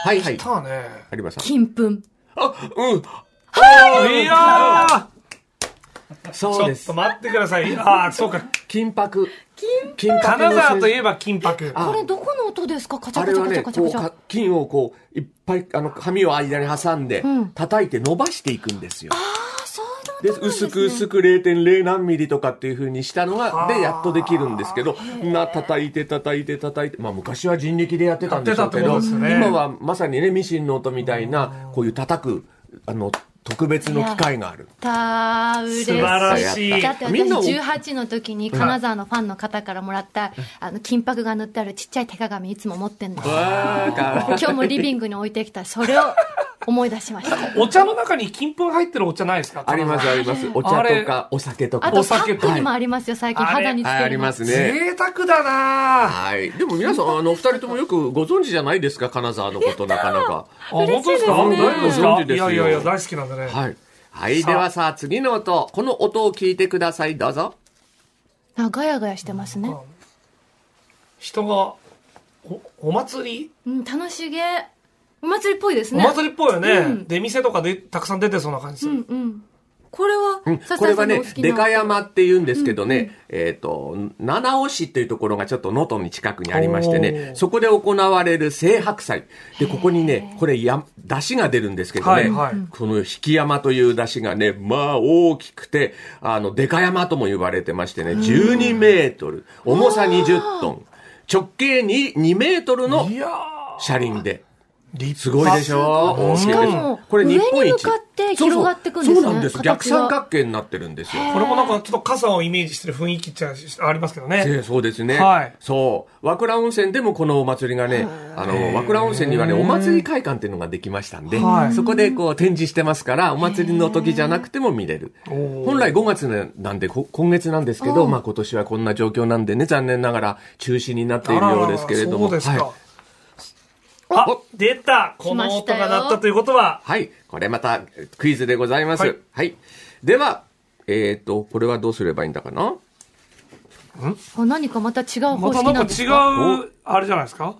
[SPEAKER 4] はいはい
[SPEAKER 3] ー、来。たね。
[SPEAKER 4] 有馬さん。
[SPEAKER 2] 金粉。
[SPEAKER 4] あ、うん。
[SPEAKER 3] いやー
[SPEAKER 4] そう
[SPEAKER 3] ちょ
[SPEAKER 4] で
[SPEAKER 3] っ
[SPEAKER 4] す
[SPEAKER 3] と。待ってください。ああ、そうか。
[SPEAKER 4] 金箔。金
[SPEAKER 3] 金沢とい
[SPEAKER 4] ば
[SPEAKER 3] えば金箔。
[SPEAKER 4] あ
[SPEAKER 2] これどこの音ですかカチャ
[SPEAKER 4] あ
[SPEAKER 2] カ
[SPEAKER 4] れ
[SPEAKER 2] チャ
[SPEAKER 4] は
[SPEAKER 2] カチ
[SPEAKER 4] ね、
[SPEAKER 2] ャカチャカ
[SPEAKER 4] こう
[SPEAKER 2] チャ
[SPEAKER 4] か、。金をこう、いっぱい、あの、紙を間に挟んで
[SPEAKER 2] ん、
[SPEAKER 4] 叩いて伸ばしていくんですよ。
[SPEAKER 2] あ、そうなん
[SPEAKER 4] で、
[SPEAKER 2] ですね
[SPEAKER 4] 薄く薄く0.0何ミリとかっていう風にしたのが、で、やっとできるんですけど、な、叩いて叩いて叩いて、まあ昔は人力でやってたんでしょうけ
[SPEAKER 3] やってたっ
[SPEAKER 4] ど、
[SPEAKER 3] てことですよね
[SPEAKER 4] 今はまさにね、ミシンの音みたいな、こういう叩く、あの、特別の機械がある。
[SPEAKER 2] たー、嬉し
[SPEAKER 3] 素晴らし
[SPEAKER 2] い。
[SPEAKER 3] い
[SPEAKER 2] だ。って
[SPEAKER 4] みんなを
[SPEAKER 2] 私18の時に金沢のファンの方からもらった、あの、金箔が塗ってあるちっちゃい手鏡いつも持ってんだ。
[SPEAKER 4] わー、かわい
[SPEAKER 2] 今日もリビングに置いてきた、それを思い出しました。
[SPEAKER 3] お茶の中に金粉入ってるお茶ないですか
[SPEAKER 4] ありますあります。お
[SPEAKER 3] あ
[SPEAKER 4] 茶
[SPEAKER 3] れ
[SPEAKER 4] とか、お酒とか。
[SPEAKER 2] あと、
[SPEAKER 3] お
[SPEAKER 2] パ
[SPEAKER 3] 酒
[SPEAKER 2] ックにもありますよ、最近。
[SPEAKER 3] はい
[SPEAKER 2] 肌につ
[SPEAKER 4] はい、あ
[SPEAKER 2] け
[SPEAKER 4] り
[SPEAKER 2] る
[SPEAKER 4] ますね。
[SPEAKER 3] 贅沢だな
[SPEAKER 4] はい。でも皆さん、あの、お二人ともよくご存知じゃないですか、金沢のこと、なかなか。
[SPEAKER 3] あ、本当ですか
[SPEAKER 2] 嬉しいですね
[SPEAKER 3] 大丈夫ですか
[SPEAKER 4] 大丈夫ですよ
[SPEAKER 3] いやいやいや、大好きなんでね。
[SPEAKER 4] はい。はい。
[SPEAKER 3] さあ
[SPEAKER 4] ではさあ、次の音。この音を聞いてください。どうぞ。
[SPEAKER 2] あ、ガヤガヤしてますね。
[SPEAKER 3] 人が、お、お祭り
[SPEAKER 2] うん、楽しげ。お祭りっぽいです
[SPEAKER 3] お
[SPEAKER 2] ね。
[SPEAKER 3] 祭りっぽいよ
[SPEAKER 2] う
[SPEAKER 3] ね。
[SPEAKER 2] ん
[SPEAKER 3] 出店とかでたくさん出てそうな感じす
[SPEAKER 2] う
[SPEAKER 3] る。
[SPEAKER 2] んうん。これは、
[SPEAKER 4] うん。
[SPEAKER 2] 笹井
[SPEAKER 4] これは
[SPEAKER 2] さん
[SPEAKER 4] ね
[SPEAKER 2] のお好、きな
[SPEAKER 4] でか山って言うんですけどね、えっと、七尾市っていうところがちょっと能登に近くにありましてね
[SPEAKER 3] お、ー
[SPEAKER 4] そこで行われる青白祭。で、ここにね、これ、や、出汁が出るんですけど
[SPEAKER 3] はい
[SPEAKER 4] ね、
[SPEAKER 3] はい
[SPEAKER 4] この引き山という出汁がね、まあ大きくて、あの、でか山とも呼ばれてましてね、12メートル、重さ20トン、直径に2メートルの
[SPEAKER 3] いやー
[SPEAKER 4] 車輪で。
[SPEAKER 3] 立
[SPEAKER 4] すごい
[SPEAKER 3] 派
[SPEAKER 4] でしょ
[SPEAKER 3] うん
[SPEAKER 4] 大きい
[SPEAKER 2] し
[SPEAKER 4] でし
[SPEAKER 2] か
[SPEAKER 4] ょ
[SPEAKER 2] も
[SPEAKER 4] これ日本
[SPEAKER 2] 上に
[SPEAKER 4] 一
[SPEAKER 2] 向かって広がってくんですね
[SPEAKER 4] そうそうそうなんです。
[SPEAKER 2] 形が
[SPEAKER 4] 逆三角形になってるんですよ。
[SPEAKER 3] これもなんかちょっと傘をイメージしてる雰囲気っちゃありますけどね。
[SPEAKER 4] ええそうですね。
[SPEAKER 3] はい
[SPEAKER 4] そう。和倉温泉でもこのお祭りがね、あの、和倉温泉にはね、お祭り会館っていうのができましたんで、
[SPEAKER 3] はい
[SPEAKER 4] そこでこう展示してますから、お祭りの時じゃなくても見れる。
[SPEAKER 3] おー
[SPEAKER 4] 本来5月なんで、こ今月なんですけど、まあ今年はこんな状況なんでね、残念ながら中止になっているようですけれども。
[SPEAKER 3] あらららそうですか
[SPEAKER 4] はい。。
[SPEAKER 3] あ
[SPEAKER 4] お、
[SPEAKER 3] 出たこ
[SPEAKER 2] 来ま
[SPEAKER 3] の
[SPEAKER 2] し
[SPEAKER 3] 音
[SPEAKER 2] たよ
[SPEAKER 3] が鳴ったということは、
[SPEAKER 4] はい。これまたクイズでございます。
[SPEAKER 3] は
[SPEAKER 4] はいい。では、えっ、と、これはどうすればいいんだかな
[SPEAKER 2] あ何かまた違う方
[SPEAKER 3] また
[SPEAKER 2] 式なん
[SPEAKER 3] なんか
[SPEAKER 2] で
[SPEAKER 3] 違
[SPEAKER 2] すか
[SPEAKER 3] う、あれじゃないですか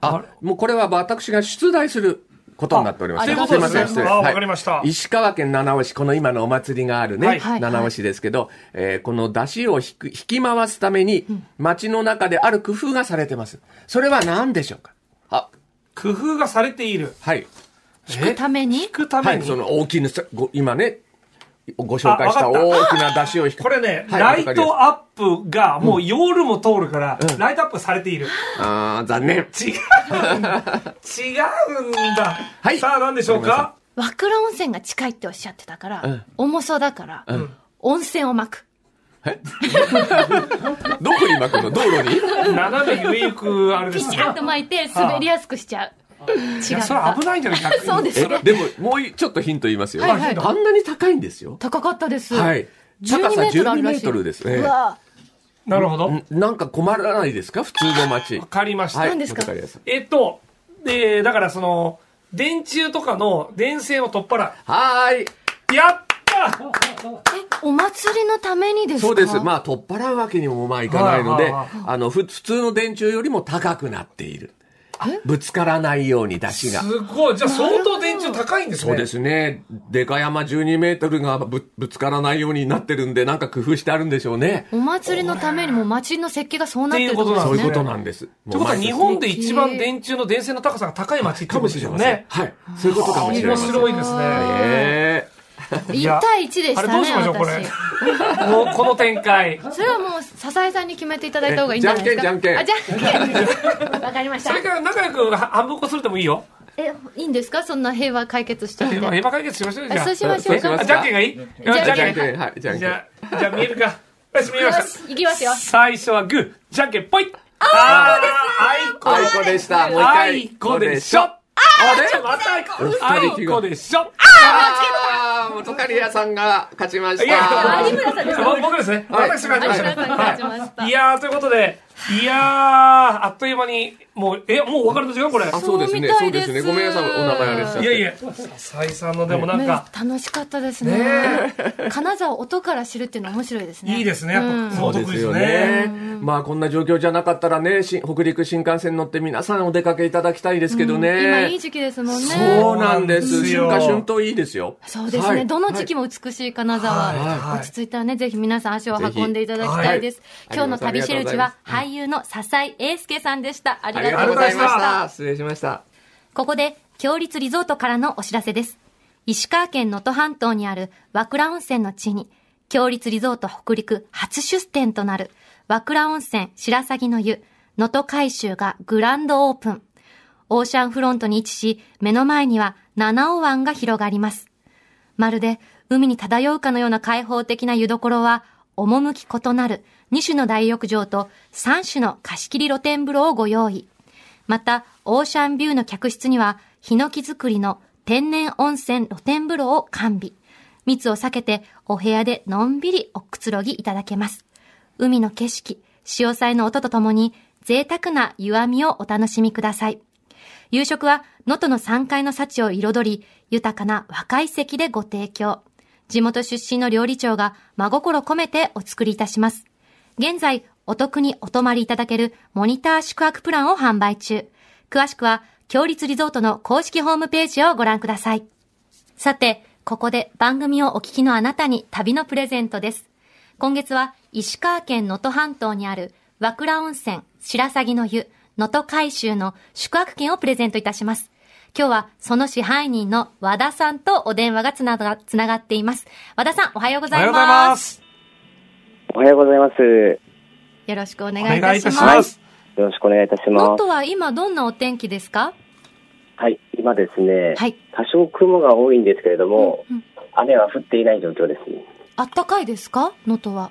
[SPEAKER 3] あ
[SPEAKER 4] あ
[SPEAKER 3] れ、
[SPEAKER 4] もうこれは私が出題することになっております。
[SPEAKER 2] あありが
[SPEAKER 4] す
[SPEAKER 2] とう
[SPEAKER 4] い
[SPEAKER 2] ご
[SPEAKER 4] ま
[SPEAKER 2] ざい
[SPEAKER 4] せん、
[SPEAKER 2] ます
[SPEAKER 4] 失礼。
[SPEAKER 3] あ
[SPEAKER 4] はい
[SPEAKER 3] わかりました
[SPEAKER 4] 石川県七尾市、この今のお祭りがあるね、
[SPEAKER 3] はい
[SPEAKER 2] はい
[SPEAKER 4] 七尾市ですけど、えーこの出汁を引く、引き回すために、町の中である工夫がされてます。それは何でしょうかあ、
[SPEAKER 3] 工夫がされている。
[SPEAKER 4] はい。
[SPEAKER 2] 聞くために
[SPEAKER 3] 聞くた
[SPEAKER 4] は
[SPEAKER 3] め
[SPEAKER 4] い、
[SPEAKER 3] に。
[SPEAKER 4] その大きな、ご今ね、ご紹介し
[SPEAKER 3] あ
[SPEAKER 4] た
[SPEAKER 3] わか
[SPEAKER 4] 大きな出汁を引く。
[SPEAKER 3] これね、
[SPEAKER 4] はい
[SPEAKER 3] ライトアップがもう夜も通るから、ライトアップされて いる。
[SPEAKER 4] あー残念。
[SPEAKER 3] 違うんだ。違うんだ。
[SPEAKER 4] はい
[SPEAKER 3] さあ何でしょうか
[SPEAKER 2] 和倉温泉が近いっておっしゃってたから、
[SPEAKER 4] うん
[SPEAKER 2] 重そうだから、温泉をまく。
[SPEAKER 4] どこに巻くの道路に
[SPEAKER 3] 斜め上行くあれで
[SPEAKER 2] ピ
[SPEAKER 3] す
[SPEAKER 2] シ
[SPEAKER 3] ね。
[SPEAKER 2] ャッと巻いて滑りやすくしちゃう。
[SPEAKER 3] い
[SPEAKER 2] 違
[SPEAKER 3] や、
[SPEAKER 2] っ
[SPEAKER 3] それ
[SPEAKER 2] た
[SPEAKER 3] 危。ないんじゃないか
[SPEAKER 2] そうです
[SPEAKER 4] え
[SPEAKER 2] ね、。
[SPEAKER 4] でも、もういちょっとヒント言いますよ。
[SPEAKER 2] はいはい
[SPEAKER 4] あんなに高いんですよ。
[SPEAKER 2] 高かったです。
[SPEAKER 4] はい。
[SPEAKER 2] 12
[SPEAKER 4] 高さ
[SPEAKER 2] メートルあ
[SPEAKER 4] 12
[SPEAKER 2] る
[SPEAKER 4] メ
[SPEAKER 2] らしい。
[SPEAKER 4] ートルですね
[SPEAKER 2] う。わ
[SPEAKER 3] なるほど。わ
[SPEAKER 4] んなんか困らないですか普通の街。
[SPEAKER 3] かりました。
[SPEAKER 2] 何ですか
[SPEAKER 4] わりやすい
[SPEAKER 3] えっと、えーだからその、電柱とかの電線を取っ払
[SPEAKER 4] はーい。
[SPEAKER 3] う。やった
[SPEAKER 2] え、お祭りのためにですか
[SPEAKER 4] そうです。まあ、取っ払うわけにもまあいかないの
[SPEAKER 3] は
[SPEAKER 4] で、
[SPEAKER 3] いはい
[SPEAKER 4] あの、ふ普通の電柱よりも高くなっている。ぶつからないように出汁が。
[SPEAKER 3] すごい。じゃあ相当電柱高いんですね。
[SPEAKER 4] そうですね。でか山12メートルがぶぶつからないようになってるんで、なんか工夫してあるんでしょうね。
[SPEAKER 2] お祭りのためにも街の設計がそうなってるってことです
[SPEAKER 4] そう
[SPEAKER 2] ね。
[SPEAKER 4] いうことなんです。
[SPEAKER 3] ということは日本で一
[SPEAKER 2] 素
[SPEAKER 3] 番
[SPEAKER 2] 敵
[SPEAKER 3] 電柱の電線の高さが高い町って
[SPEAKER 4] か
[SPEAKER 3] こ
[SPEAKER 4] も
[SPEAKER 3] とで
[SPEAKER 4] し
[SPEAKER 3] す
[SPEAKER 4] れ
[SPEAKER 3] よ
[SPEAKER 4] ません
[SPEAKER 3] ね。。
[SPEAKER 4] はい。そういうことかもしれま
[SPEAKER 3] 面
[SPEAKER 4] せん。
[SPEAKER 3] 白いですね。
[SPEAKER 4] え
[SPEAKER 3] い
[SPEAKER 2] 1
[SPEAKER 3] や
[SPEAKER 2] 対1でした
[SPEAKER 3] あれ
[SPEAKER 2] ね、
[SPEAKER 3] どうしましょうこれ。もうこの展 開。
[SPEAKER 2] 私。それはもう、笹井さんに決めていただいた方がいいんじゃないですか。
[SPEAKER 4] じゃんけんじ
[SPEAKER 2] あ、じゃんけん。わかりまし
[SPEAKER 3] そ
[SPEAKER 2] た
[SPEAKER 3] れ。から仲良く半分こするでもいいよ。
[SPEAKER 2] え、いいんですかそんな平和解決しちゃって。
[SPEAKER 3] 平和解決しましょうじゃ
[SPEAKER 2] あそうしましょう
[SPEAKER 4] え
[SPEAKER 2] か
[SPEAKER 3] あ。じゃんけんがいいじ
[SPEAKER 2] ゃんけん
[SPEAKER 4] じゃん
[SPEAKER 3] じゃ
[SPEAKER 4] けん、はい、じゃん
[SPEAKER 3] んじ
[SPEAKER 4] けん。
[SPEAKER 3] ゃあ、じゃあ見えるか。よし、見えま
[SPEAKER 2] よ
[SPEAKER 3] し
[SPEAKER 2] し、いきますよ
[SPEAKER 3] た。。最初はグー、じゃんけんぽいあーあ
[SPEAKER 4] あ
[SPEAKER 3] い
[SPEAKER 4] い
[SPEAKER 3] こ
[SPEAKER 4] こでした。もう一
[SPEAKER 3] あ
[SPEAKER 4] 回。
[SPEAKER 3] いこでしょあれまたあいこあ
[SPEAKER 4] 二人き
[SPEAKER 3] い
[SPEAKER 4] りが
[SPEAKER 3] こでしょ
[SPEAKER 4] ああ、元カリアさんが勝ちまし
[SPEAKER 3] いや
[SPEAKER 4] た。
[SPEAKER 2] 有村さんです
[SPEAKER 3] 僕僕ですね。
[SPEAKER 4] はい
[SPEAKER 3] 私がやってま
[SPEAKER 2] 有村さ
[SPEAKER 3] した
[SPEAKER 2] んに勝ちました。
[SPEAKER 3] いやー、ということで、いやー、あっという間に、もう、え、もうお別れの時間これ。
[SPEAKER 4] あ、そうですね。
[SPEAKER 2] そ
[SPEAKER 4] そ
[SPEAKER 2] み
[SPEAKER 4] うう
[SPEAKER 2] たい
[SPEAKER 4] で
[SPEAKER 2] です
[SPEAKER 4] すね。ごめんなさい、お名前あれしちゃっ
[SPEAKER 3] い
[SPEAKER 4] て。
[SPEAKER 3] やいや、再三のでもなん
[SPEAKER 2] ね
[SPEAKER 3] か、
[SPEAKER 2] 楽しかったです
[SPEAKER 3] ね
[SPEAKER 2] ね。金沢を音から知るっていうのは面白いですね。
[SPEAKER 3] いいですね、やっぱ、
[SPEAKER 4] そ
[SPEAKER 3] お
[SPEAKER 4] うで
[SPEAKER 3] 得
[SPEAKER 4] す
[SPEAKER 3] です
[SPEAKER 4] よ
[SPEAKER 3] ね。
[SPEAKER 4] ね。まあこんな状況じゃなかったらね、新北陸新幹線乗って皆さんお出かけいただきたいですけど
[SPEAKER 2] 今いい
[SPEAKER 4] ね。
[SPEAKER 2] 時期ですもんね。
[SPEAKER 4] そうなんです。
[SPEAKER 3] そう
[SPEAKER 4] 春
[SPEAKER 3] なんですよ
[SPEAKER 4] 夏春冬いいですよ。
[SPEAKER 2] そうですね、
[SPEAKER 4] はい
[SPEAKER 2] どの時期も美しい金沢、
[SPEAKER 3] はい
[SPEAKER 2] 落ち着いたらね、ぜひ皆さん足を運んでいただきたいです。
[SPEAKER 4] はい
[SPEAKER 2] 今日の旅シェルジュは
[SPEAKER 4] は
[SPEAKER 2] 俳優の笹井英介さんでした。あり
[SPEAKER 4] あ
[SPEAKER 2] が
[SPEAKER 4] り
[SPEAKER 2] と
[SPEAKER 4] がと
[SPEAKER 2] う
[SPEAKER 4] う
[SPEAKER 2] ござ
[SPEAKER 4] ござ
[SPEAKER 2] い
[SPEAKER 4] い
[SPEAKER 2] ま
[SPEAKER 4] ま
[SPEAKER 2] し。
[SPEAKER 4] したた。失礼しました。
[SPEAKER 2] ここで、強立リゾートからのお知らせです。石川県能登半島にある和倉温泉の地に、強立リゾート北陸初出店となる和倉温泉白鷺の湯、能登海舟がグランドオープン。オーシャンフロントに位置し、目の前には七尾湾が広がります。まるで海に漂うかのような開放的な湯どころは、趣異なる2種の大浴場と3種の貸し切り露天風呂をご用意。また、オーシャンビューの客室には、ヒノキ作りの天然温泉露天風呂を完備。密を避けて、お部屋でのんびりおくつろぎいただけます。海の景色、潮騒の音とともに、贅沢な湯あみをお楽しみください。夕食は、能登の3階の幸を彩り、豊かな若い席でご提供。地元出身の料理長が真心込めてお作りいたします。現在、お得にお泊まりいただけるモニター宿泊プランを販売中。詳しくは、強立リゾートの公式ホームページをご覧ください。さて、ここで番組をお聞きのあなたに旅のプレゼントです。今月は石川県能登半島にある和倉温泉白鷺の湯能登海舟の宿泊券をプレゼントいたします。今日はその支配人の和田さんとお電話がつながつながっています。和田さん、おはようご
[SPEAKER 3] おは
[SPEAKER 2] ざ
[SPEAKER 3] よ
[SPEAKER 2] いう
[SPEAKER 3] ございま
[SPEAKER 2] ます。
[SPEAKER 3] す。
[SPEAKER 1] おはようございます。よ
[SPEAKER 2] よろしくお
[SPEAKER 3] お
[SPEAKER 2] 願いい
[SPEAKER 3] 願
[SPEAKER 2] た
[SPEAKER 3] いい
[SPEAKER 2] したま
[SPEAKER 3] し
[SPEAKER 2] す。
[SPEAKER 3] ます。
[SPEAKER 1] ろしくお願いいたし
[SPEAKER 2] 能
[SPEAKER 1] ます。
[SPEAKER 2] 登は今どんなお天気ですか
[SPEAKER 1] はい、今ですね、
[SPEAKER 2] はい。
[SPEAKER 1] 多少雲が多いんですけれども、
[SPEAKER 2] うん
[SPEAKER 1] 雨は降っていない状況ですね。
[SPEAKER 2] あったかいですか能登は。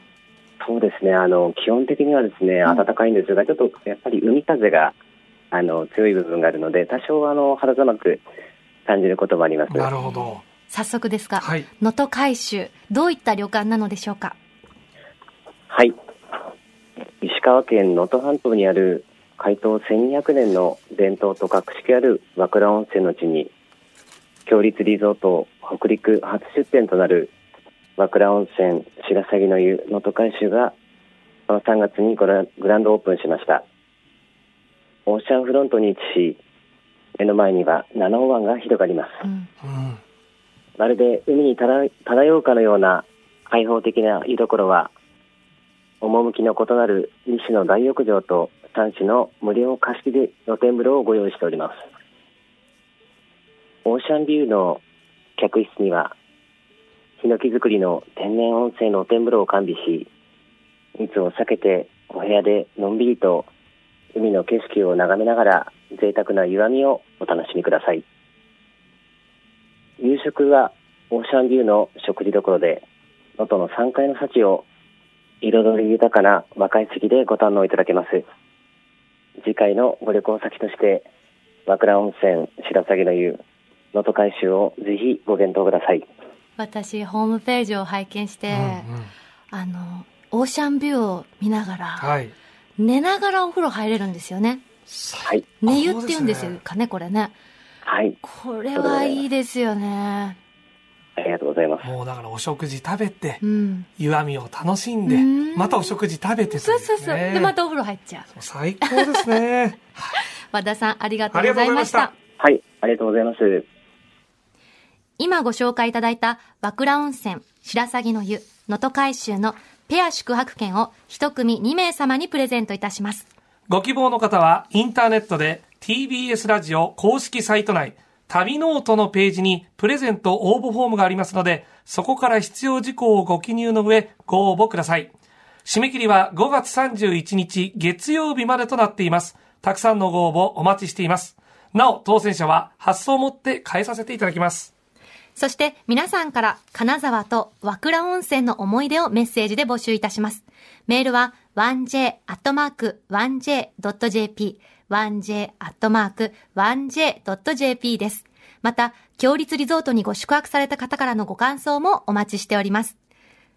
[SPEAKER 1] そうですね、あの、基本的にはですね、
[SPEAKER 2] うん
[SPEAKER 1] 暖かいんですが、ちょっとやっぱり海風が、あの、強い部分があるので、多少あの、肌寒く感じることもあります。
[SPEAKER 3] なるほど。
[SPEAKER 2] 早速ですが、
[SPEAKER 3] はい。
[SPEAKER 2] 能登海舟、どういった旅館なのでしょうか
[SPEAKER 1] はい。石川県能登半島にある開湯1200年の伝統と格式ある和倉温泉の地に、強立リゾート北陸初出店となる和倉温泉白鷺の湯能登海舟が、この3月にグラグランドオープンしました。オーシャンフロントに位置し、目の前には七尾湾が広がります。
[SPEAKER 2] うん。
[SPEAKER 3] うん。
[SPEAKER 1] まるで海に漂漂うかのような開放的な湯どころは、趣の異なる2種の大浴場と3種の無料貸し切り露天風呂をご用意しております。オーシャンビューの客室には、ヒノキ作りの天然温泉露天風呂を完備し、密を避けてお部屋でのんびりと海の景色を眺めながら贅沢な湯あみをお楽しみください。夕食はオーシャンビューの食事どころで、能登の3階の幸を彩り豊かな若い席でご堪能いただけます。次回のご旅行先として、和倉温泉白鷺の湯、能登海舟をぜひご検討ください。
[SPEAKER 2] 私、ホームページを拝見して、
[SPEAKER 3] うんうん
[SPEAKER 2] あの、オーシャンビューを見ながら、
[SPEAKER 3] はい。
[SPEAKER 2] 寝ながらお風呂入れるんですよね。
[SPEAKER 1] はい。
[SPEAKER 2] 寝湯って言うんです
[SPEAKER 3] そう
[SPEAKER 2] よ
[SPEAKER 3] ですね
[SPEAKER 2] かね、これね。
[SPEAKER 1] はい。
[SPEAKER 2] これはいいですよね。
[SPEAKER 1] ありがとうございます。
[SPEAKER 3] もうだからお食事食べて
[SPEAKER 5] う、ん。
[SPEAKER 3] 湯あみを楽しんで
[SPEAKER 5] うん、
[SPEAKER 3] またお食事食べてといね
[SPEAKER 5] そうそうそう。で、またお風呂入っちゃう。
[SPEAKER 3] 最高ですね。
[SPEAKER 5] 和田さん、ありがとうございまし
[SPEAKER 3] ありが
[SPEAKER 5] た
[SPEAKER 3] とう。
[SPEAKER 1] はい、ありがとうございます。
[SPEAKER 2] 今ご紹介いただいた和倉温泉白鷺の湯能登海舟のペア宿泊券を一組2名様にプレゼントいたします
[SPEAKER 3] ご希望の方は、インターネットで TBS ラジオ公式サイト内、旅ノートのページにプレゼント応募フォームがありますので、そこから必要事項をご記入の上、ご応募ください。締め切りは5月31日月曜日までとなっています。たくさんのご応募お待ちしています。なお、当選者は発送をもって変えさせていただきます。
[SPEAKER 2] そして皆さんから金沢と和倉温泉の思い出をメッセージで募集いたします。メールは 1j.1j.jp 1j.1j.jp です。また、強立リゾートにご宿泊された方からのご感想もお待ちしております。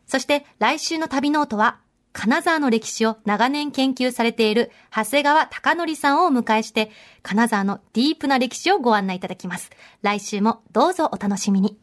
[SPEAKER 2] そして来週の旅ノートは、金沢の歴史を長年研究されている長谷川貴則さんをお迎えして、金沢のディープな歴史をご案内いただきます。来週もどうぞお楽しみに。